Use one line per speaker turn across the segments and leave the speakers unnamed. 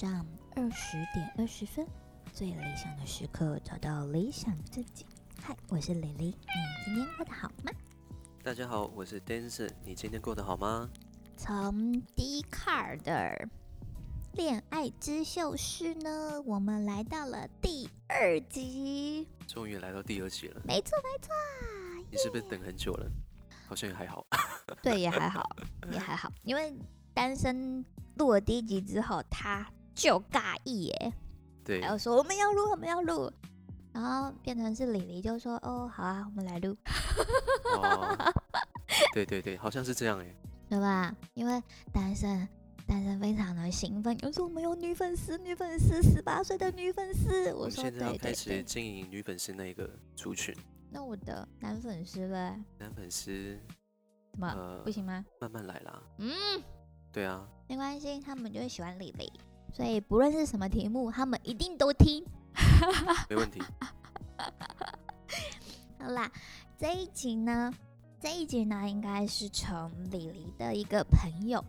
上二十点二十分，最理想的时刻，找到理想的自己。嗨，我是蕾蕾，你今天过得好吗？
大家好，我是 Dancer，你今天过得好吗？
从 d c a r 的恋爱之秀室呢，我们来到了第二集。
终于来到第二集了，
没错，没错，
你是不是等很久了？好像也还好，
对，也还好，也还好，因为单身录了第一集之后，他就尬意耶，
对
还，有说我们要录，我们要录，然后变成是李黎就说哦，好啊，我们来录，
哦，对对对，好像是这样哎，
对吧？因为单身，单身非常的兴奋，有时候我们有女粉丝，女粉丝，十八岁的女粉丝，
我
我
们
说
现在要
对
开
对
始
对，啊
经营女粉丝那个族群，
那我的男粉丝嘞，
男粉丝
怎么、
呃
不行吗？
慢慢来啦，
嗯，
对啊，
没关系，他们就是喜欢李黎，所以不论是什么题目，他们一定都听。
没问 题，
好啦，这一集呢，这一集呢，应该是从李黎的一个朋友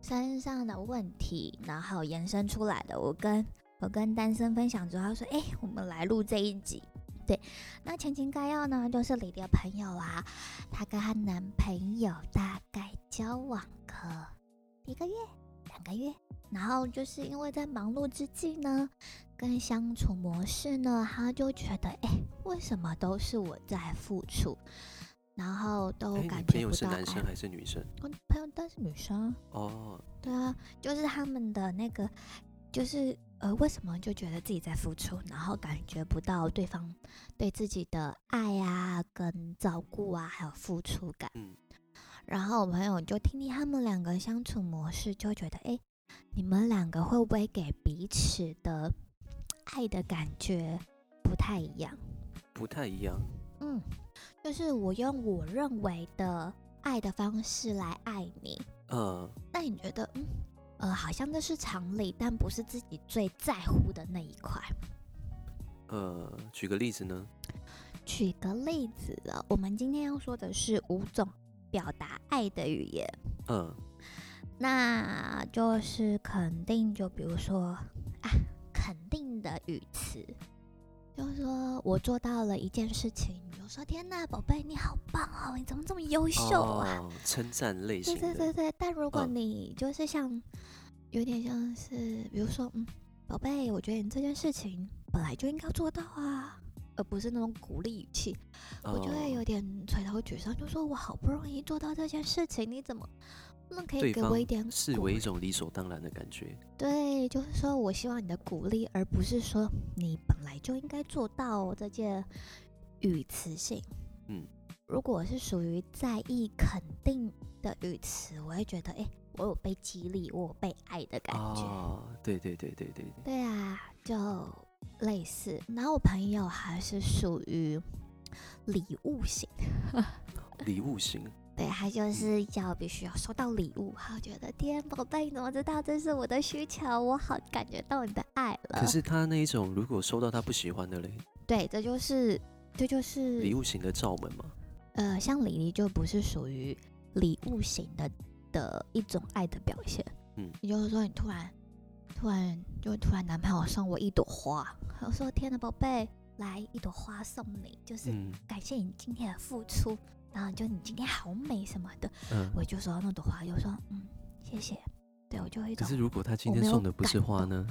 身上的问题，然后延伸出来的。我跟我跟丹生分享之后，他说：“哎、我们来录这一集。”对，那前情概要呢，就是李黎的朋友啊，她跟她男朋友大概交往个一个月、两个月，然后就是因为在忙碌之际呢，跟相处模式呢，她就觉得，哎、为什么都是我在付出，然后都
哎，你
感
朋
觉
友
不
是
到爱
男。生还是女生？
我朋友都是女生啊。
哦，
对啊，就是他们的那个，就是呃，为什么就觉得自己在付出，然后感觉不到对方对自己的爱啊、跟照顾啊，还有付出感。
嗯，
然后我朋友就听听他们两个相处模式，就觉得，哎，你们两个会不会给彼此的爱的感觉不太一样？
不太一样，
嗯，就是我用我认为的爱的方式来爱你，
嗯，
那你觉得，嗯，呃，好像这是常理，但不是自己最在乎的那一块。
呃，举个例子呢，
举个例子了，我们今天要说的是五种表达爱的语言，
嗯，
那就是肯定，就比如说啊，肯定的语词，就是说我做到了一件事情，你就说天呐，宝贝，你好棒哦，你怎么这么优秀啊？
哦，称赞类
对
型
对
的，
对对，但如果
嗯
你就是像，有点像是，比如说，嗯，宝贝，我觉得你这件事情本来就应该做到啊，而不是那种鼓励语气，我就会
哦
有点垂头沮丧，就说我好不容易做到这件事情，你怎么那可以
对
给我一
方
点欸
视
鼓
为一
励
种理所当然的感觉，
对，就是说我希望你的鼓励，而不是说你本来就应该做到这件语词性。
嗯，
如果是属于在意肯定的语词，我会觉得，哎、我有被激励，我有被爱的感觉。
哦，对对对对对对，
对啊，就类似。然后我朋友还是属于礼物型，
礼物型，
对他就是要必须要收到礼物，他会觉得天宝贝，你怎么知道这是我的需求？我好感觉到你的爱了。
可是他那一种，如果收到他不喜欢的嘞，
对，这就是这就
礼
是
物型的罩门嘛，
呃，像李黎就不是属于礼物型的的一种爱的表现。
嗯，
也就是说，你突然突然就突然男朋友送我一朵花，我说天呐，宝贝，来一朵花送你，就是
嗯
感谢你今天的付出，然后就你今天好美什么的，
嗯。
我就收到那朵花，就说嗯谢谢，对我就有一
可
种
是如果他今
我
天
没有
送的不是
感
花
动
呢？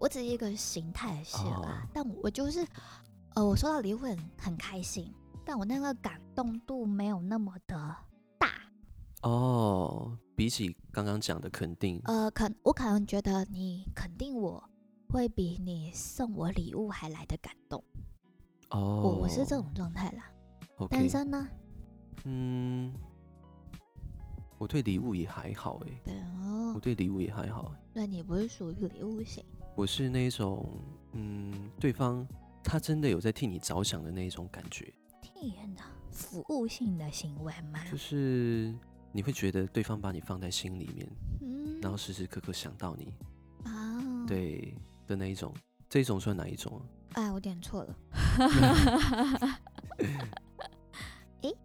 我只是一个形态是啊啦，
哦
但我就是，呃，我收到礼物很很开心，但我那个感动度没有那么的大。
哦，比起刚刚讲的肯定，
呃，可我可能觉得你肯定我会比你送我礼物还来的感动，
哦，
我我是这种状态啦。单
OK，
身呢，
嗯，我对礼物也还好哎，
对
我
哦，
对礼物也还好欸，
对你不是属于礼物型，
我是那一种，嗯，对方他真的有在替你着想的那一种感觉，
体验的服务性的行为吗？
就是你会觉得对方把你放在心里面，
嗯，
然后时时刻刻想到你，
啊，，
对的那一种，这种算哪一种啊？
哎，我点错了。诶，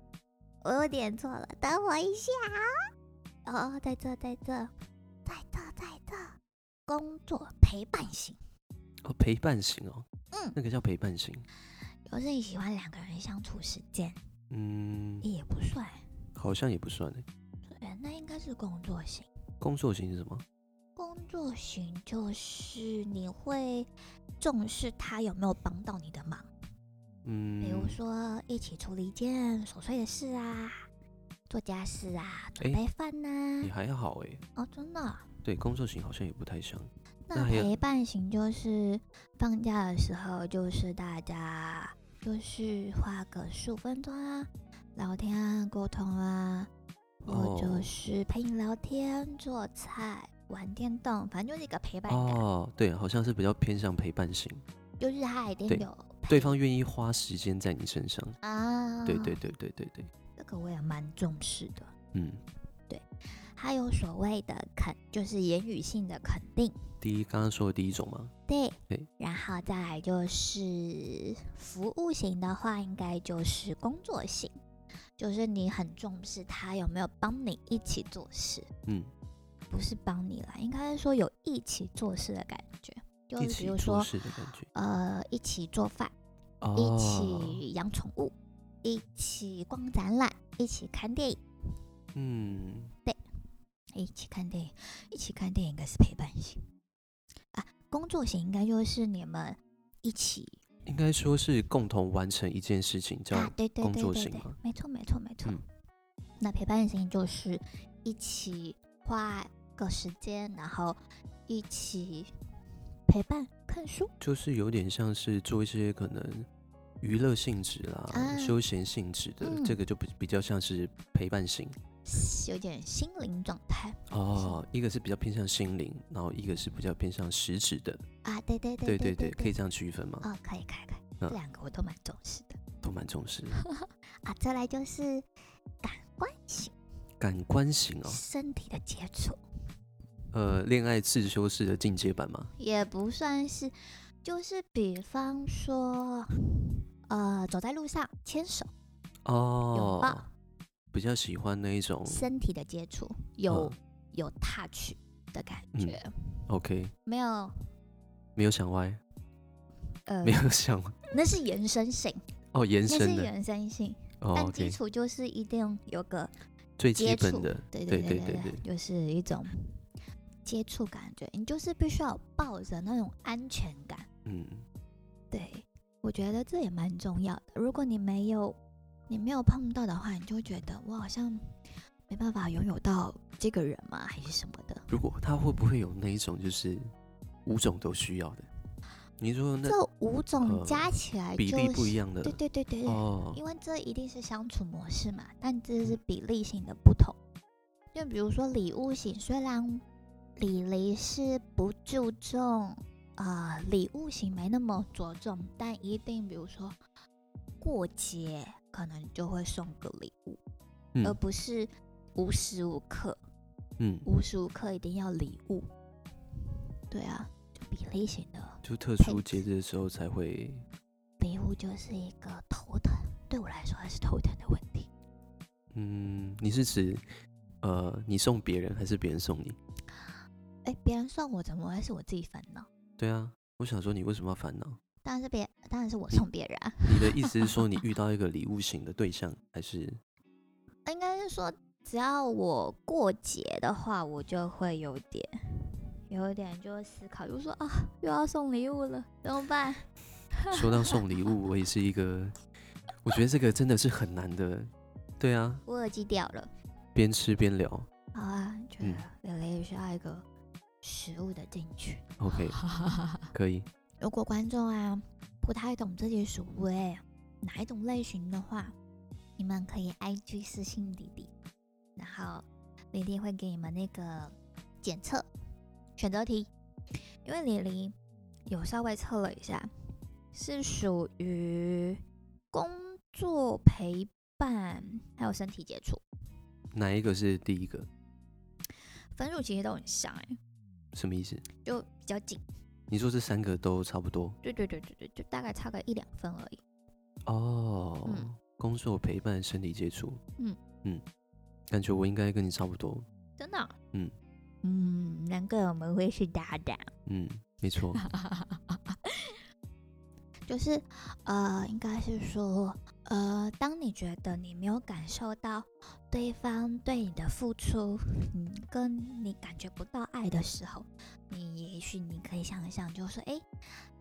我有点错了，等哦我一下啊！哦，在这，在这，在这，在这。工作陪伴型，
哦，陪伴型哦，
嗯
那个叫陪伴型，
就是你喜欢两个人相处时间，
嗯，
也不算，
好像也不算哎。
对，那应该是工作型。
工作型是什么？
工作型就是你会重视他有没有帮到你的忙，
嗯，
比如说一起处理一件琐碎的事啊，做家事啊，准
诶
备饭呐、
也还好哎。
哦，真的哦。
对，工作型好像也不太像。
那
还有
陪伴型就是放假的时候，就是大家就是花个十五分钟啊，聊天啊，沟通啊，或
哦
者是陪你聊天、做菜、玩电动，反正就是一个陪伴感，
哦，对，好像是比较偏向陪伴型，
就是他一定
对
有
对方愿意花时间在你身上。
啊。
对对，对对对对，
这个我也蛮重视的。
嗯，
还有所谓的肯，就是言语性的肯定，
第一刚刚说的第一种嘛，
对。
对
然后再来就是服务型的话，应该就是工作型，就是你很重视他有没有帮你一起做事，
嗯，
不是帮你啦，应该是说有一起做事的感觉，就
一
是比
起
如说
做事的感觉，
呃一起做饭，一
哦，
起养宠物，一起逛展览，一起看电影。
嗯，
一起看电影，一起看电影应该是陪伴型啊，工作型应该就是你们一起
应该说是共同完成一件事情叫
啊，对对
工
对
作
对
型
对
嘛，
没错没错没错。
嗯
那陪伴型就是一起花个时间，然后一起陪伴看书，
就是有点像是做一些可能娱乐性质啦、
啊
休闲性质的，
嗯
这个就比比较像是陪伴型
有点心灵状态
哦。一个是比较偏向心灵，然后一个是比较偏向实质的，
啊，对对对对
对对，可
对，
以这样区分吗？
哦，可以可以可以，这
嗯
两个我都蛮重视的
都蛮重视的，
啊。再来就是感官型，
感官型哦，
身体的接触。
呃，恋爱自修室的进阶版嘛，
也不算是，就是比方说，呃，走在路上牵手、拥抱、
哦，嗯比较喜欢那一种呃
身体的接触，有、有 touch 的感
嗯
觉，
，OK，
没有
没有想歪，
呃
没，有想歪
那是延伸性，
哦，延
那是
伸的
延伸性，
哦
但基
，OK，
础就是一定有个，
最基
接
本
触
的，
对
对
对
对对对
就是一种接触感觉，你就是必须要抱着那种安全感。
嗯，
对，我觉得这也蛮重要的。如果你没有你没有碰到的话，你就会觉得我好像没办法拥有到这个人嘛，还是什么的。
如果他会不会有那一种就是五种都需要的？你说那
这五种
呃
加起来、就是
比例不一样的
对对对对对，
哦，
因为这一定是相处模式嘛，但这是比例性的不同。就比如说礼物型，虽然李黎是不注重呃礼物型没那么着重，但一定比如说过节可能就会送个礼物，而
嗯
不是无时无刻
嗯，
无时无刻一定要礼物。对啊，就比例型的
就特
配
殊
置
节日的时候才会
礼物就是一个头疼，对我来说还是头疼的问题。
嗯，你是指呃你送别人还是别人送你？
哎，别人送我怎么会是我自己烦恼？
对啊，我想说你为什么要烦恼？
当然是别，当然是我
你
送别人、啊。
你的意思是说你遇到一个礼物型的对象，还是
应该是说，只要我过节的话，我就会有点，有一点就会思考，就说啊，又要送礼物了，怎么办？
说到送礼物，我也是一个，我觉得这个真的是很难的。对啊，
我耳机掉了。
边吃边聊
好啊，觉
嗯
得蕾蕾需要一个食物的进去。
，OK，可以。
如果观众啊不太懂自己属为哪一种类型的话，你们可以 IG 私信弟弟，然后弟弟会给你们那个检测选择题，因为李黎有稍微测了一下，是属于工作陪伴还有身体接触，
哪一个是第一个？
分数其实都很像哎、
什么意思？
就比较紧，
你说这三个都差不多
对对对对对，就大概差个一两分而已。
哦。
嗯
工作陪伴、身体接触，
嗯
嗯，感觉我应该跟你差不多。
真的啊、
嗯
嗯，难怪我们会是搭档。
嗯，没错，
就是呃，应该是说，呃，当你觉得你没有感受到对方对你的付出，嗯，跟你感觉不到爱的时候，你也许你可以想一想，就是诶，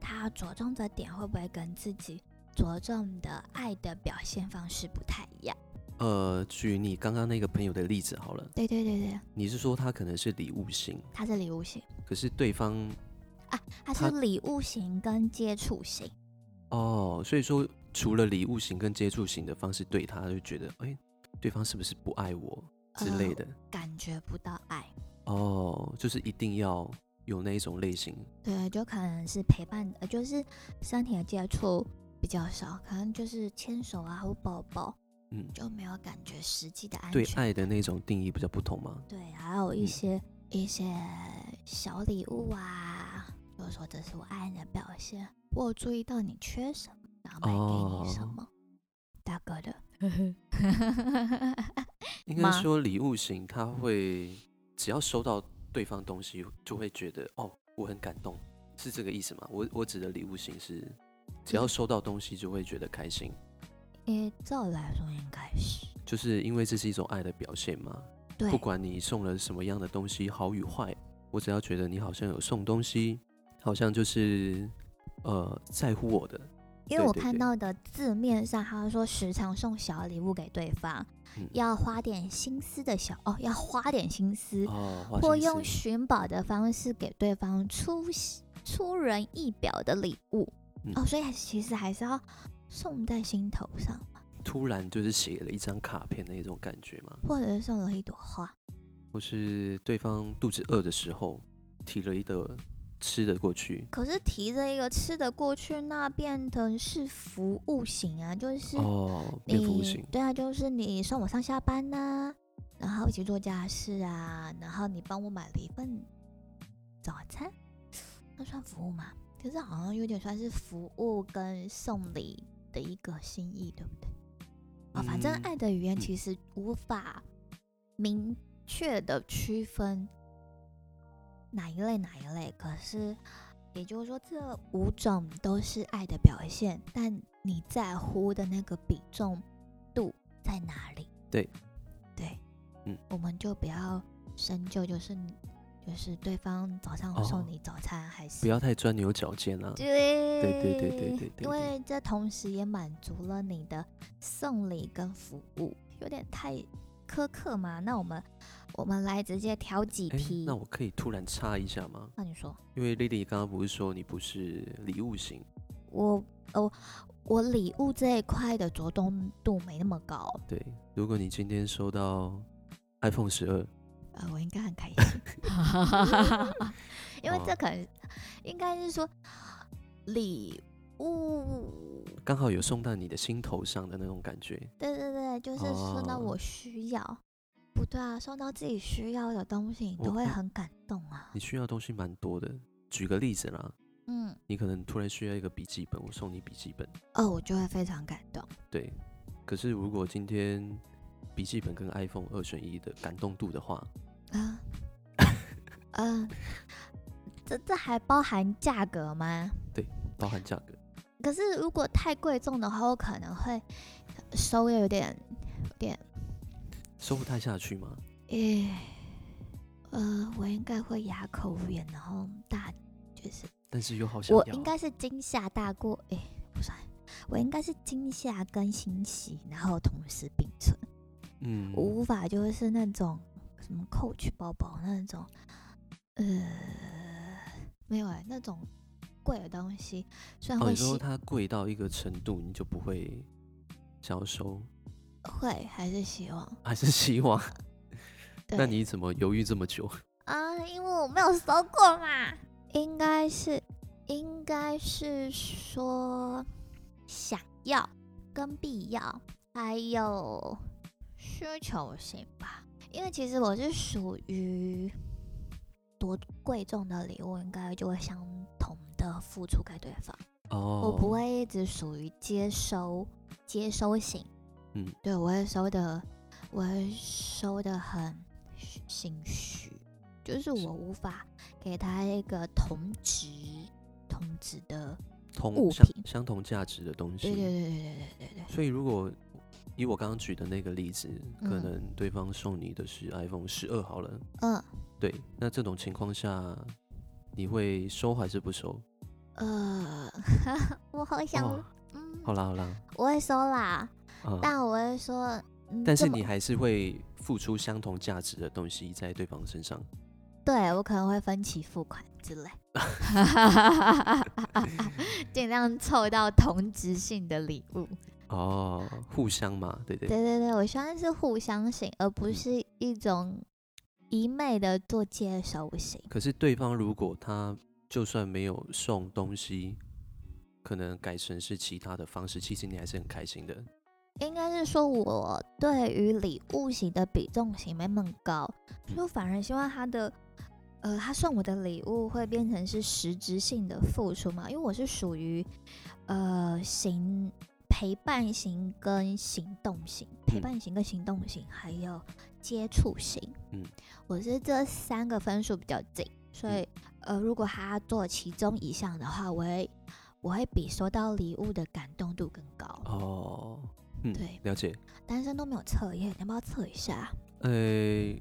他着重的点会不会跟自己着重的爱的表现方式不太一样？
呃，举你刚刚那个朋友的例子好了，
对对对对，
你是说他可能是礼物型，
他是礼物型
可是对方
啊，他
他
是礼物型跟接触型，
哦，所以说除了礼物型跟接触型的方式对他，就觉得哎、对方是不是不爱我之类
呃
的？
感觉不到爱。
哦，就是一定要有那一种类型，
对，就可能是陪伴，呃，就是身体的接触比较少，可能就是牵手啊或抱抱，
嗯，
就没有感觉实际的安
对
全。
爱的那种定义比较不同嘛。
对，还有一
嗯
些、一些小礼物啊，就说这是我爱你的表现，我有注意到你缺什么，然后买给你什
哦
么，大哥的。
应该
吗
说礼物型，他会只要收到对方东西，就会觉得哦，我很感动，是这个意思吗？我我指的礼物型是，只要
嗯
收到东西就会觉得开心，
诶，照理来说应该是
就是因为这是一种爱的表现嘛。
对，
不管你送了什么样的东西，好与坏，我只要觉得你好像有送东西，好像就是呃在乎我的，
因为
对
我
对
看
对
到的字面上，他说时常送小礼物给对方，
嗯
要花点心思的小哦，要花点心思，
哦，花
嗯或
心
用
思
寻宝的方式给对方出其出人意表的礼物、
嗯
哦，所以还其实还是要送在心头上，
突然就是写了一张卡片的那种感觉嘛，
或者是送了一朵花，
或是对方肚子饿的时候提了一个吃的过去，
可是提着一个吃的过去，那变成是服务型啊，就是
哦，
你
便服型，
对啊，就是你送我上下班呐、然后一起做家事啊，然后你帮我买了一份早餐，那算服务吗？可是好像有点算是服务跟送礼的一个心意，对不对？啊，反正
嗯
爱的语言
嗯
其实无法明确的区分哪一类哪一类，可是也就是说，这五种都是爱的表现，但你在乎的那个比重度在哪里？
对，
对，
嗯，
我们就不要深究，就是你就是对方早上
哦
送你早餐还是
不要太钻牛角尖啊。
对
对对对对对
因为这同时也满足了你的送礼跟服务，有点太苛刻嘛。那我们我们来直接挑几
哎，
题。
那我可以突然插一下吗？
那你说，
因为 Lily 刚刚不是说你不是礼物型，
我哦，我礼物这一块的着重度没那么高，
对，如果你今天收到 iPhone 十二，
呃，我应该很开 心，因为这
哦
可能应该是说礼物，
刚好有送到你的心头上的那种感觉，
对对对，就是说到
哦
我需要，不对啊，说到自己需要的东西，你
我
都会
嗯
很感动啊。
你需要的东西蛮多的。举个例子啦，
嗯，
你可能突然需要一个笔记本，我送你笔记本，
哦，我就会非常感动。
对。可是如果今天笔记本跟 iPhone 二选一的感动度的话，
啊， 嗯，这这还包含价格吗？
包含价格，
可是如果太贵重的话，我可能会收的有点，有点，
收不太下去吗？
诶、呃，我应该会哑口无言，然后大就是
但是又好想
我
要，
应该是惊吓大过，诶、不算，我应该是惊吓跟欣喜，然后同时并存。
嗯
我，无法就是那种什么 Coach 包包那种，呃，没有哎、那种贵的东西，虽然
哦，
会
你
吸、
说它贵到一个程度，你就不会想要收，
会还是希望，
还是希望？
对
那你怎么犹豫这么久？
啊、因为我没有收过嘛，应该是应该是说想要跟必要，还有需求型吧。因为其实我是属于多贵重的礼物，应该就会相同的付出给对方。
哦，
我不会一直属于接收接收型，
嗯，
对我会收的，我会收的很心虚，就是
是
我无法给他一个同值同值的，
同
物
相
品
相同价值的东西。
对对对对对对对
所以如果以我刚刚举的那个例子，可
嗯
能对方送你的是 iPhone 十二好了，
嗯
对，那这种情况下，你会收还是不收？
呃， 我好想，
哇，
嗯，
好啦好啦，
我会收啦，
啊、
但我会说，嗯
但
这
是
么
你还是会付出相同价值的东西在对方身上，
对我可能会分期付款之 类， 尽量凑到同质性的礼物。
哦，互相嘛，对对
对对对，我希望是互相型，而不
嗯
是一种一昧的做接收型。
可是对方如果他就算没有送东西，可能改成是其他的方式，其实你还是很开心的。
应该是说我对于礼物型的比重型没那么高，
嗯
就反而希望他的。呃，他送我的礼物会变成是实质性的付出嘛？因为我是属于呃行陪伴型跟行动型，陪
嗯
伴型跟行动型，还有接触型。
嗯，
我是这三个分数比较近，所以、
嗯
呃，如果他做其中一项的话，我会我会比收到礼物的感动度更高。
哦，嗯
对，
了解。
单身都没有测验，你要不要测一下？啊
呃，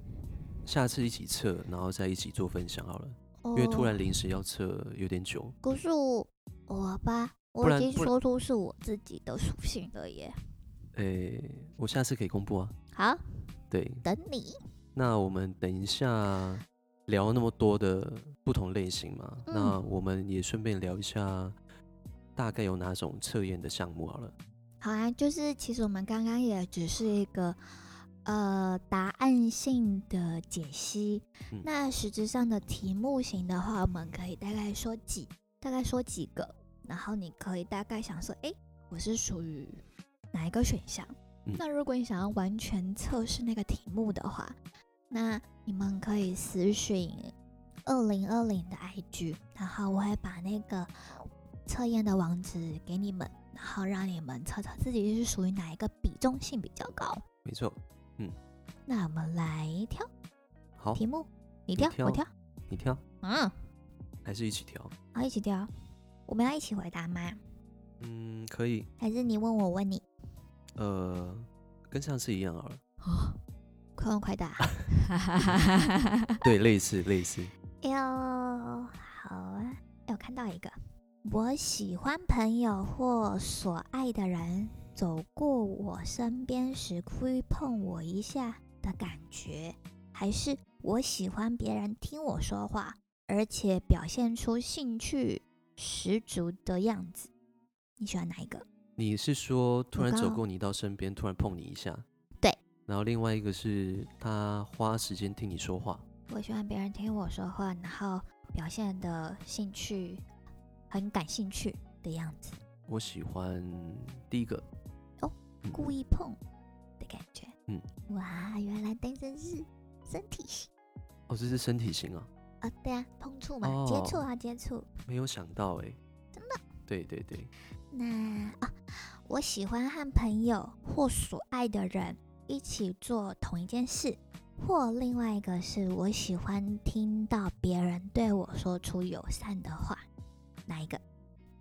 下次一起测，然后再一起做分享好了，
因
因为突然临时要测有点久。
不是我我吧，
不
我已
然
经
不然
说出是我自己的属性了耶。
呃，我下次可以公布啊。
好，
对，
等你。
那我们等一下聊那么多的不同类型嘛，
嗯
那我们也顺便聊一下大概有哪种测验的项目好了。
好啊，就是其实我们刚刚也只是一个呃答案性的解析，
嗯
那实质上的题目型的话，我们可以大概说几，大概说几个，然后你可以大概想说，诶，我是属于哪一个选项？
嗯
那如果你想要完全测试那个题目的话，那你们可以私讯二零二零的 IG，然后我会把那个测验的网址给你们，然后让你们测测自己是属于哪一个比重性比较高。
没错，
那我们来挑
好，
题目，你
你
挑，
挑
我挑，
你挑，
嗯，
还是一起挑？
好，一起挑。我们要一起回答吗？
嗯，可以。
还是你问我，我问你？
呃，跟上次一样好了。
哦，快问快答。啊
对，类似类似。
哟，好啊！哎，我看到一个，我喜欢朋友或所爱的人走过我身边时故意碰我一下的感觉，还是我喜欢别人听我说话，而且表现出兴趣十足的样子。你喜欢哪一个？
你是说突
我
然走
刚
过你到身边，突然碰你一下？
对。
然后另外一个是他花时间听你说话，
我喜欢别人听我说话，然后表现的兴趣很感兴趣的样子，
我喜欢第一个。
哦
嗯，
故意碰的感觉。
嗯，
哇，原来单身是身体
哦，这是身体型啊，
啊、对啊，碰触嘛，接触啊，接触。
没有想到哎、
真
的？对对对，
那啊，我喜欢和朋友或所爱的人一起做同一件事，或另外一个是我喜欢听到别人对我说出友善的话，哪一个？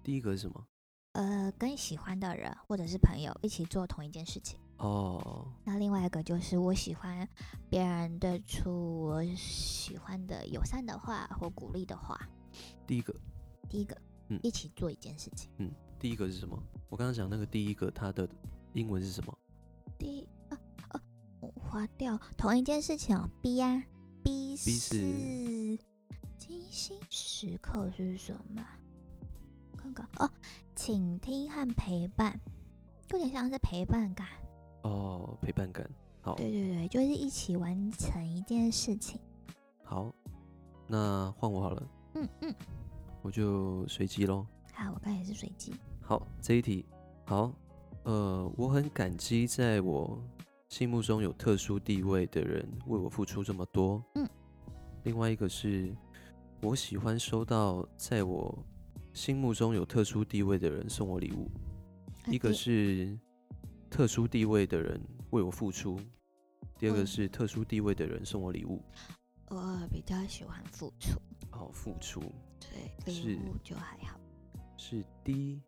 第一个是什么？
呃，跟喜欢的人或者是朋友一起做同一件事情。
哦，
那另外一个就是我喜欢别人对出我喜欢的友善的话或鼓励的话。
第一个，
第一个，
嗯
一起做一件事情。
第一个是什么？我刚刚讲那个第一个，它的英文是什么？
第一，啊啊，我划掉同一件事情、哦、，B 呀、b
是
是精心时刻是什么啊？看看哦，倾听和陪伴，有点像是陪伴感。
哦，陪伴感。好，
对对对，就是一起完成一件事情。
好，那换我好了，
嗯嗯，
我就随机喽。
好，我刚才也是随机。
好，这一题，好，呃，我很感激在我心目中有特殊地位的人为我付出这么多。
嗯，
另外一个是我喜欢收到在我心目中有特殊地位的人送我礼物，
啊
一个
第
是特殊地位的人为我付出，第二个
嗯
是特殊地位的人送我礼物。
我比较喜欢付出，
哦，付出
所以礼
是
物就还好。
是 D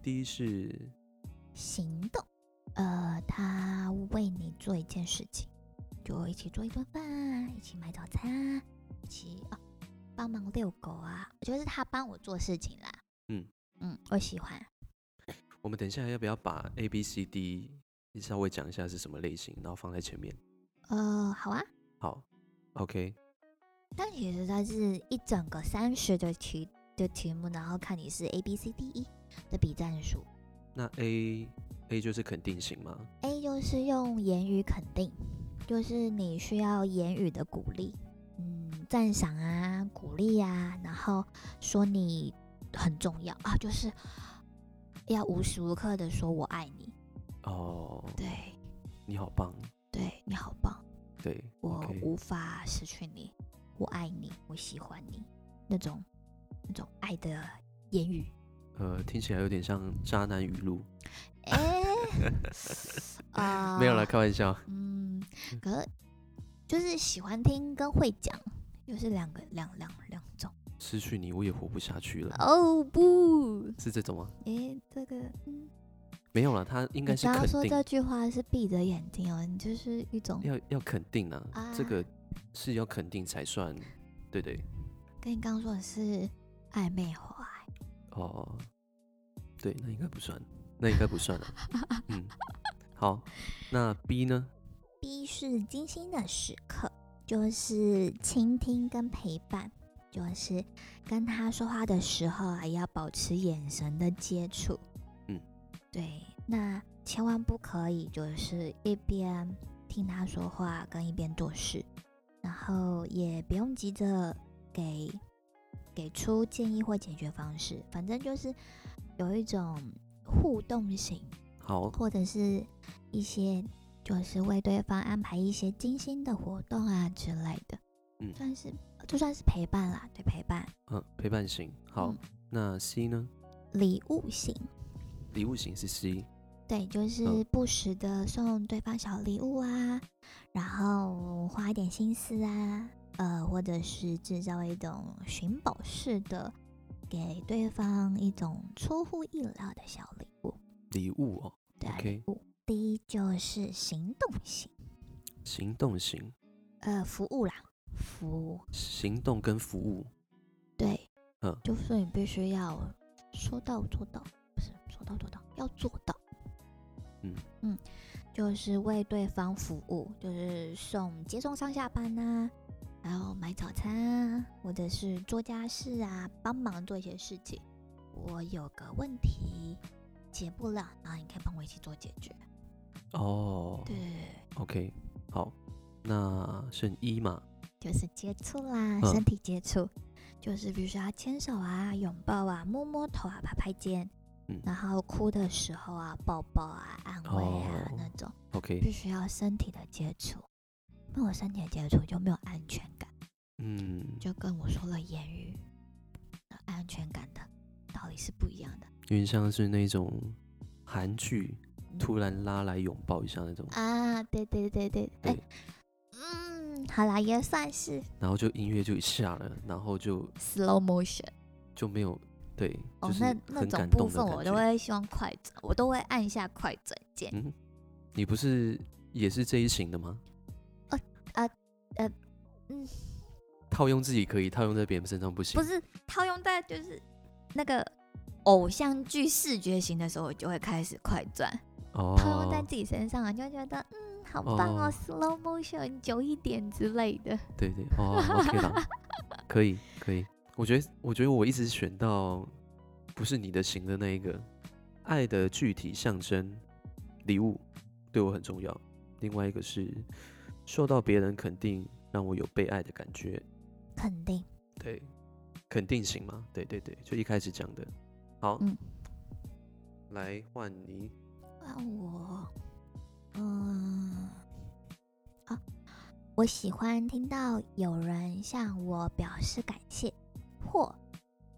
D 是
行动，呃，他为你做一件事情，就一起做一顿饭，啊一起买早餐，啊一起哦帮忙遛狗啊，我觉得是他帮我做事情啦。
嗯
嗯，我喜欢。
我们等一下要不要把 A B C D 稍微讲一下是什么类型，然后放在前面？
呃，好啊，
好，OK，
但其实它是一整个三十的题的题目，然后看你是 A B C D E 的比战术。
那 A A 就是肯定型嘛，
A 就是用言语肯定，就是你需要言语的鼓励，嗯，赞赏啊，鼓励啊，然后说你很重要啊，就是要无时无刻的说我爱你，
哦，
对
你好棒，
对，你好棒，
对
我
，OK，
无法失去你，我爱你，我喜欢你，那种那种爱的言语，
呃，听起来有点像渣男语录，
哎，啊、
没有啦，开玩笑，
嗯，可是就是喜欢听跟会讲，又是两个两两两种。
失去你我也活不下去了，
哦不，
是这种吗？
诶、这个，嗯，
没有啦，他应该
你
是
刚刚
肯
说这
定，
句话是闭着眼睛哦，你就是一种
要要肯定啊，这
啊
个是要肯定才算，对对，
跟你刚刚说的是暧昧话。
哦，对，那应该不算，那应该不算了，嗯，好，那 B 呢？
B 是精心的时刻，就是倾听跟陪伴，就是跟他说话的时候啊，要保持眼神的接触。
嗯，
对，那千万不可以就是一边听他说话跟一边做事，然后也不用急着给给出建议或解决方式，反正就是有一种互动型
好，
或者是一些就是为对方安排一些精心的活动啊之类的，
嗯
算是就算是陪伴啦，对陪伴。
嗯，陪伴型，好，
嗯
那 C 呢？
礼物型，
礼物型是 C，
对，就是
嗯
不时的送对方小礼物啊，然后花一点心思啊，呃，或者是制造一种寻宝式的，给对方一种出乎意料的小礼物，
礼物哦，
对啊
OK
礼物。第一就是行动型，
行动型，
呃，服务啦，服务，
行动跟服务，
对，
嗯
就是你必须要说到做到，不是说到做到，要做到。
嗯
嗯，就是为对方服务，就是送接送上下班呐、然后买早餐啊，或者是做家事啊，帮忙做一些事情。我有个问题解不了，然后你可以帮我一起做解决。
哦
对对对对
，OK，好，那剩一嘛，
就是接触啦，
嗯
身体接触，就是比如说要牵手啊、拥抱啊、摸摸头啊、拍拍肩，
嗯
然后哭的时候啊、抱抱啊、安慰啊、
哦
那种，
，OK，
必须要身体的接触，没有身体的接触就没有安全感，
嗯，
就跟我说了言语，那安全感的道理是不一样的。
有点像是那种韩剧
嗯
突然拉来拥抱一下那种，
啊，对对对对，哎、
对
嗯，好啦，也算是
然后就音乐就一下了，然后就
slow motion。
就没有，对，
哦
就，是
那那
很
种
感
部
动的
分
感
我都
觉
会希望快转，我都会按下快转键。
嗯，你不是也是这一型的吗？
呃呃呃嗯，
套用自己可以，套用在别人身上不行。
不是套用在就是那个偶像剧视觉型的时候，我就会开始快转，
哦，
套用在自己身上，就会觉得嗯，好棒哦
哦
，slow motion 久一点之类的。
对对哦，OK 啦，可以可以。我觉得我觉得我一直选到不是你的型的那一个，爱的具体象征礼物对我很重要。另外一个是受到别人肯定，让我有被爱的感觉。
肯定
对，肯定型嘛，对对对，就一开始讲的。好，
嗯
来换你。
啊，我嗯啊，我喜欢听到有人向我表示感谢，或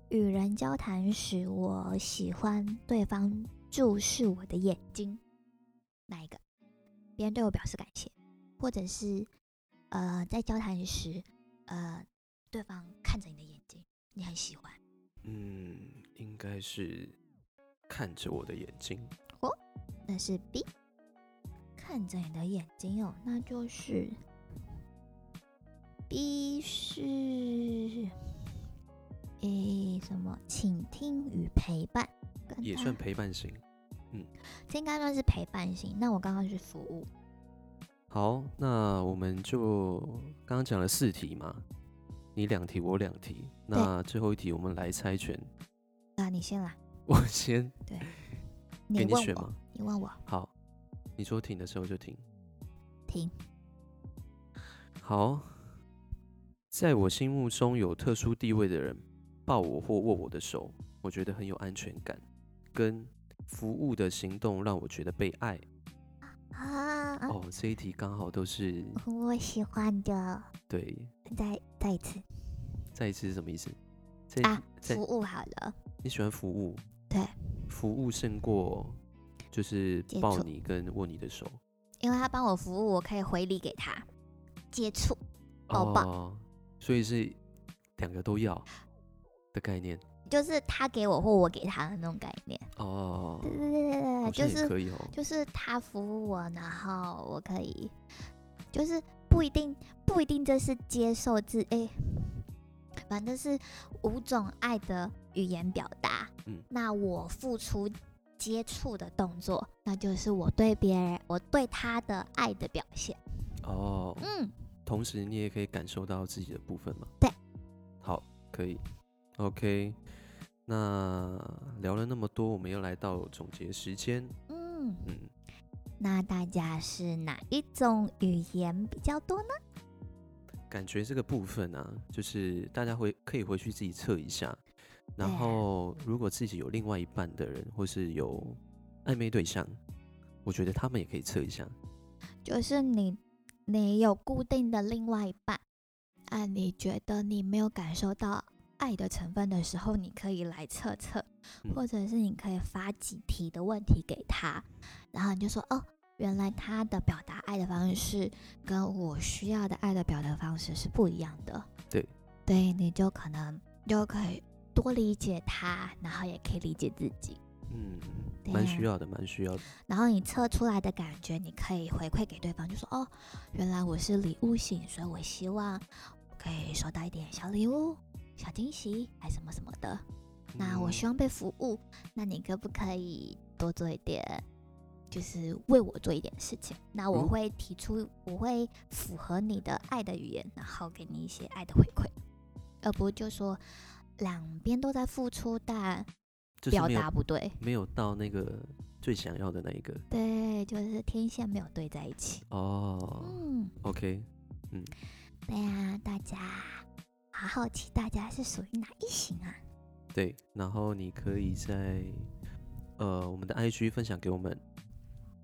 与人交谈时，我喜欢对方注视我的眼睛。哪一个？别人对我表示感谢，或者是呃，在交谈时，呃，对方看着你的眼睛，你很喜欢。
嗯，应该是看着我的眼睛，
那是 B。看着你的眼睛哦，那就是 B 是诶什么？倾听与陪伴，跟
也
大
算陪伴型。
这应该算是陪伴型。那我刚刚是服务，
好，那我们就刚刚讲了四题嘛，你两题，我两题，那最后一题我们来猜拳，
那你先来，
我先给
你
你
问
选
我，
嘛。
你问我，
好，你说停的时候就停。
停。
好，在我心目中有特殊地位的人，抱我或握我的手，我觉得很有安全感，跟服务的行动让我觉得被爱。
啊，
哦，这一题刚好都是
我喜欢的，
对，
再再一次
再一次是什么意思？这一
啊
题，在
服务好了，
你喜欢服务？
对，
服务胜过就是
接
抱
触
你跟握你的手。
因为他帮我服务，我可以回礼给他，接触抱抱
哦，所以是两个都要的概念。
就是他给我或我给他的那种概念。
哦，
对对对对对，
好
嗯呃就
像也
是
可以哦。
就是他服务我，然后我可以，就是不一定不一定这是接受自诶，反正是五种爱的语言表达。
嗯，
那我付出接触的动作，那就是我对别人我对他的爱的表现。
哦，
嗯，
同时你也可以感受到自己的部分嘛。
对，
好，可以，OK。那聊了那么多，我们又来到总结时间。
嗯，
嗯，
那大家是哪一种语言比较多呢？
感觉这个部分啊，就是大家回可以回去自己测一下。然
对啊
后，如果自己有另外一半的人，或是有暧昧对象，我觉得他们也可以测一下。
就是你你有固定的另外一半，啊，你觉得你没有感受到爱的成分的时候，你可以来测测，
嗯
或者是你可以发几题的问题给他，然后你就说哦。原来他的表达爱的方式跟我需要的爱的表达方式是不一样的。
对，
对，你就可能就可以多理解他，然后也可以理解自己。
嗯，
对
蛮
啊
需要的，蛮需要的。
然后你测出来的感觉，你可以回馈给对方，就说哦，原来我是礼物型，所以我希望可以收到一点小礼物、小惊喜，还什么什么的。那我
嗯
希望被服务，那你可不可以多做一点，就是为我做一点事情？那我
嗯
会提出，我会符合你的爱的语言，然后给你一些爱的回馈，而不就说两边都在付出，但
就是
表
没有
达不对。
没有到那个最想要的那一个
对，就是天线没有对在一起。
哦。
嗯，
OK，
对啊，大家好好奇大家是属于哪一型啊？
对，然后你可以在呃我们的 IG 分享给我们，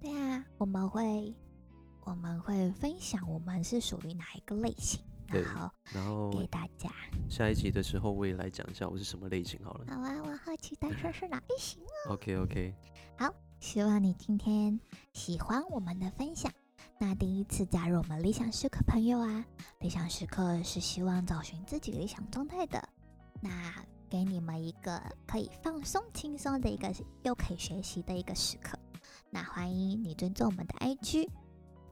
对啊，我们会我们会分享我们是属于哪一个类型，
对
然后
然后
给大家。
下一集的时候我也来讲一下我是什么类型好了。
好啊，我好奇大家是哪一型啊？
OK OK，
希望你今天喜欢我们的分享。那第一次加入我们理想时刻朋友啊，理想时刻是希望找寻自己理想状态的。那给你们一个可以放松、轻松的一个，又可以学习的一个时刻。那欢迎你尊重我们的 IG，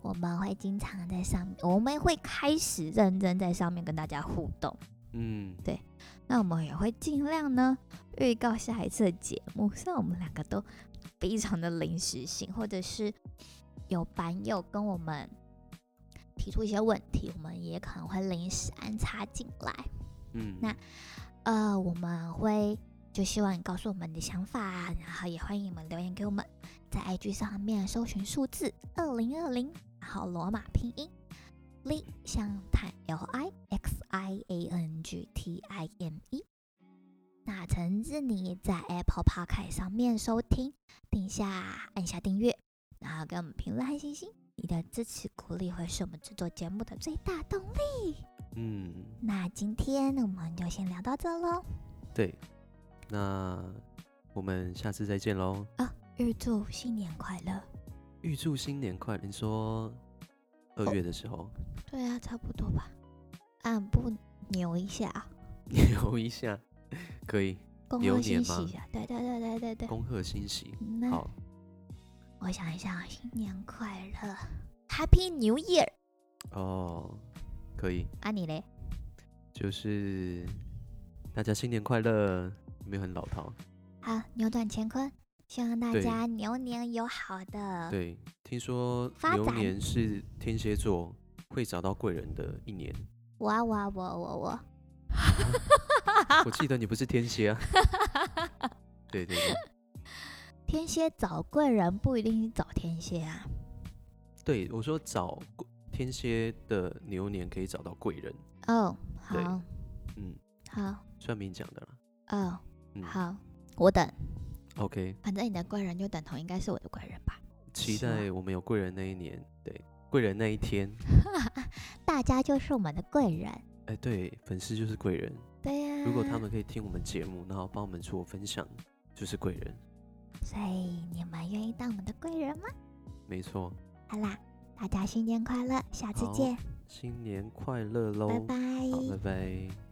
我们会经常在上面，我们会开始认真在上面跟大家互动。
嗯，
那我们也会尽量呢预告下一次的节目。虽然我们两个都非常的临时性，或者是有版友跟我们提出一些问题，我们也可能会临时安插进来。
嗯，
那呃，我们会就希望你告诉我们你的想法啊，然后也欢迎你们留言给我们，在 IG 上面搜寻数字二零二零，然后罗马拼音理想谈 L I X I A N G T I M E。那诚挚你也在 Apple Podcast 上面收听，定下按下订阅，然后给我们评论和星星。你的支持鼓励会是我们制作节目的最大动力。
嗯，
那今天我们就先聊到这喽。
对，那我们下次再见喽，
预祝新年快乐。
预祝新年快乐！你说
哦
二月的时候，
对啊，差不多吧。按不扭一下，啊
留一下，可以。
恭
流
贺新
年吗
喜一下，对对对对对嗯对。
恭贺新喜，
那
好，
我想一想，新年快乐，Happy New Year
哦，可以，
啊！你嘞？
就是大家新年快乐，没有很老套。
好，啊扭转乾坤，希望大
对
家牛年有好的。
对，听说
发
牛
展
年是天蝎座会找到贵人的 一年。
我啊我啊我啊我啊我啊，
我记得你不是天 蝎啊？对对对，
天蝎找贵人不一定是找天蝎啊。
对我说找贵天蝎的牛年可以找到贵人，
哦，
对
好
嗯，
好
算命讲的啦。
哦
嗯
好，我等，
，OK，
反正你的贵人就等同应该是我的贵人吧。
期
希望
待我们有贵人那一年，对，贵人那一天，
大家就是我们的贵人。
哎，对，粉丝就是贵人。
对呀、
如果他们可以听我们节目，然后帮我们做分享，就是贵人。
所以你们愿意当我们的贵人吗？
没错，
好啦，大家新年快乐，下次
好
见，
新年快乐喽！
拜拜
好，拜拜。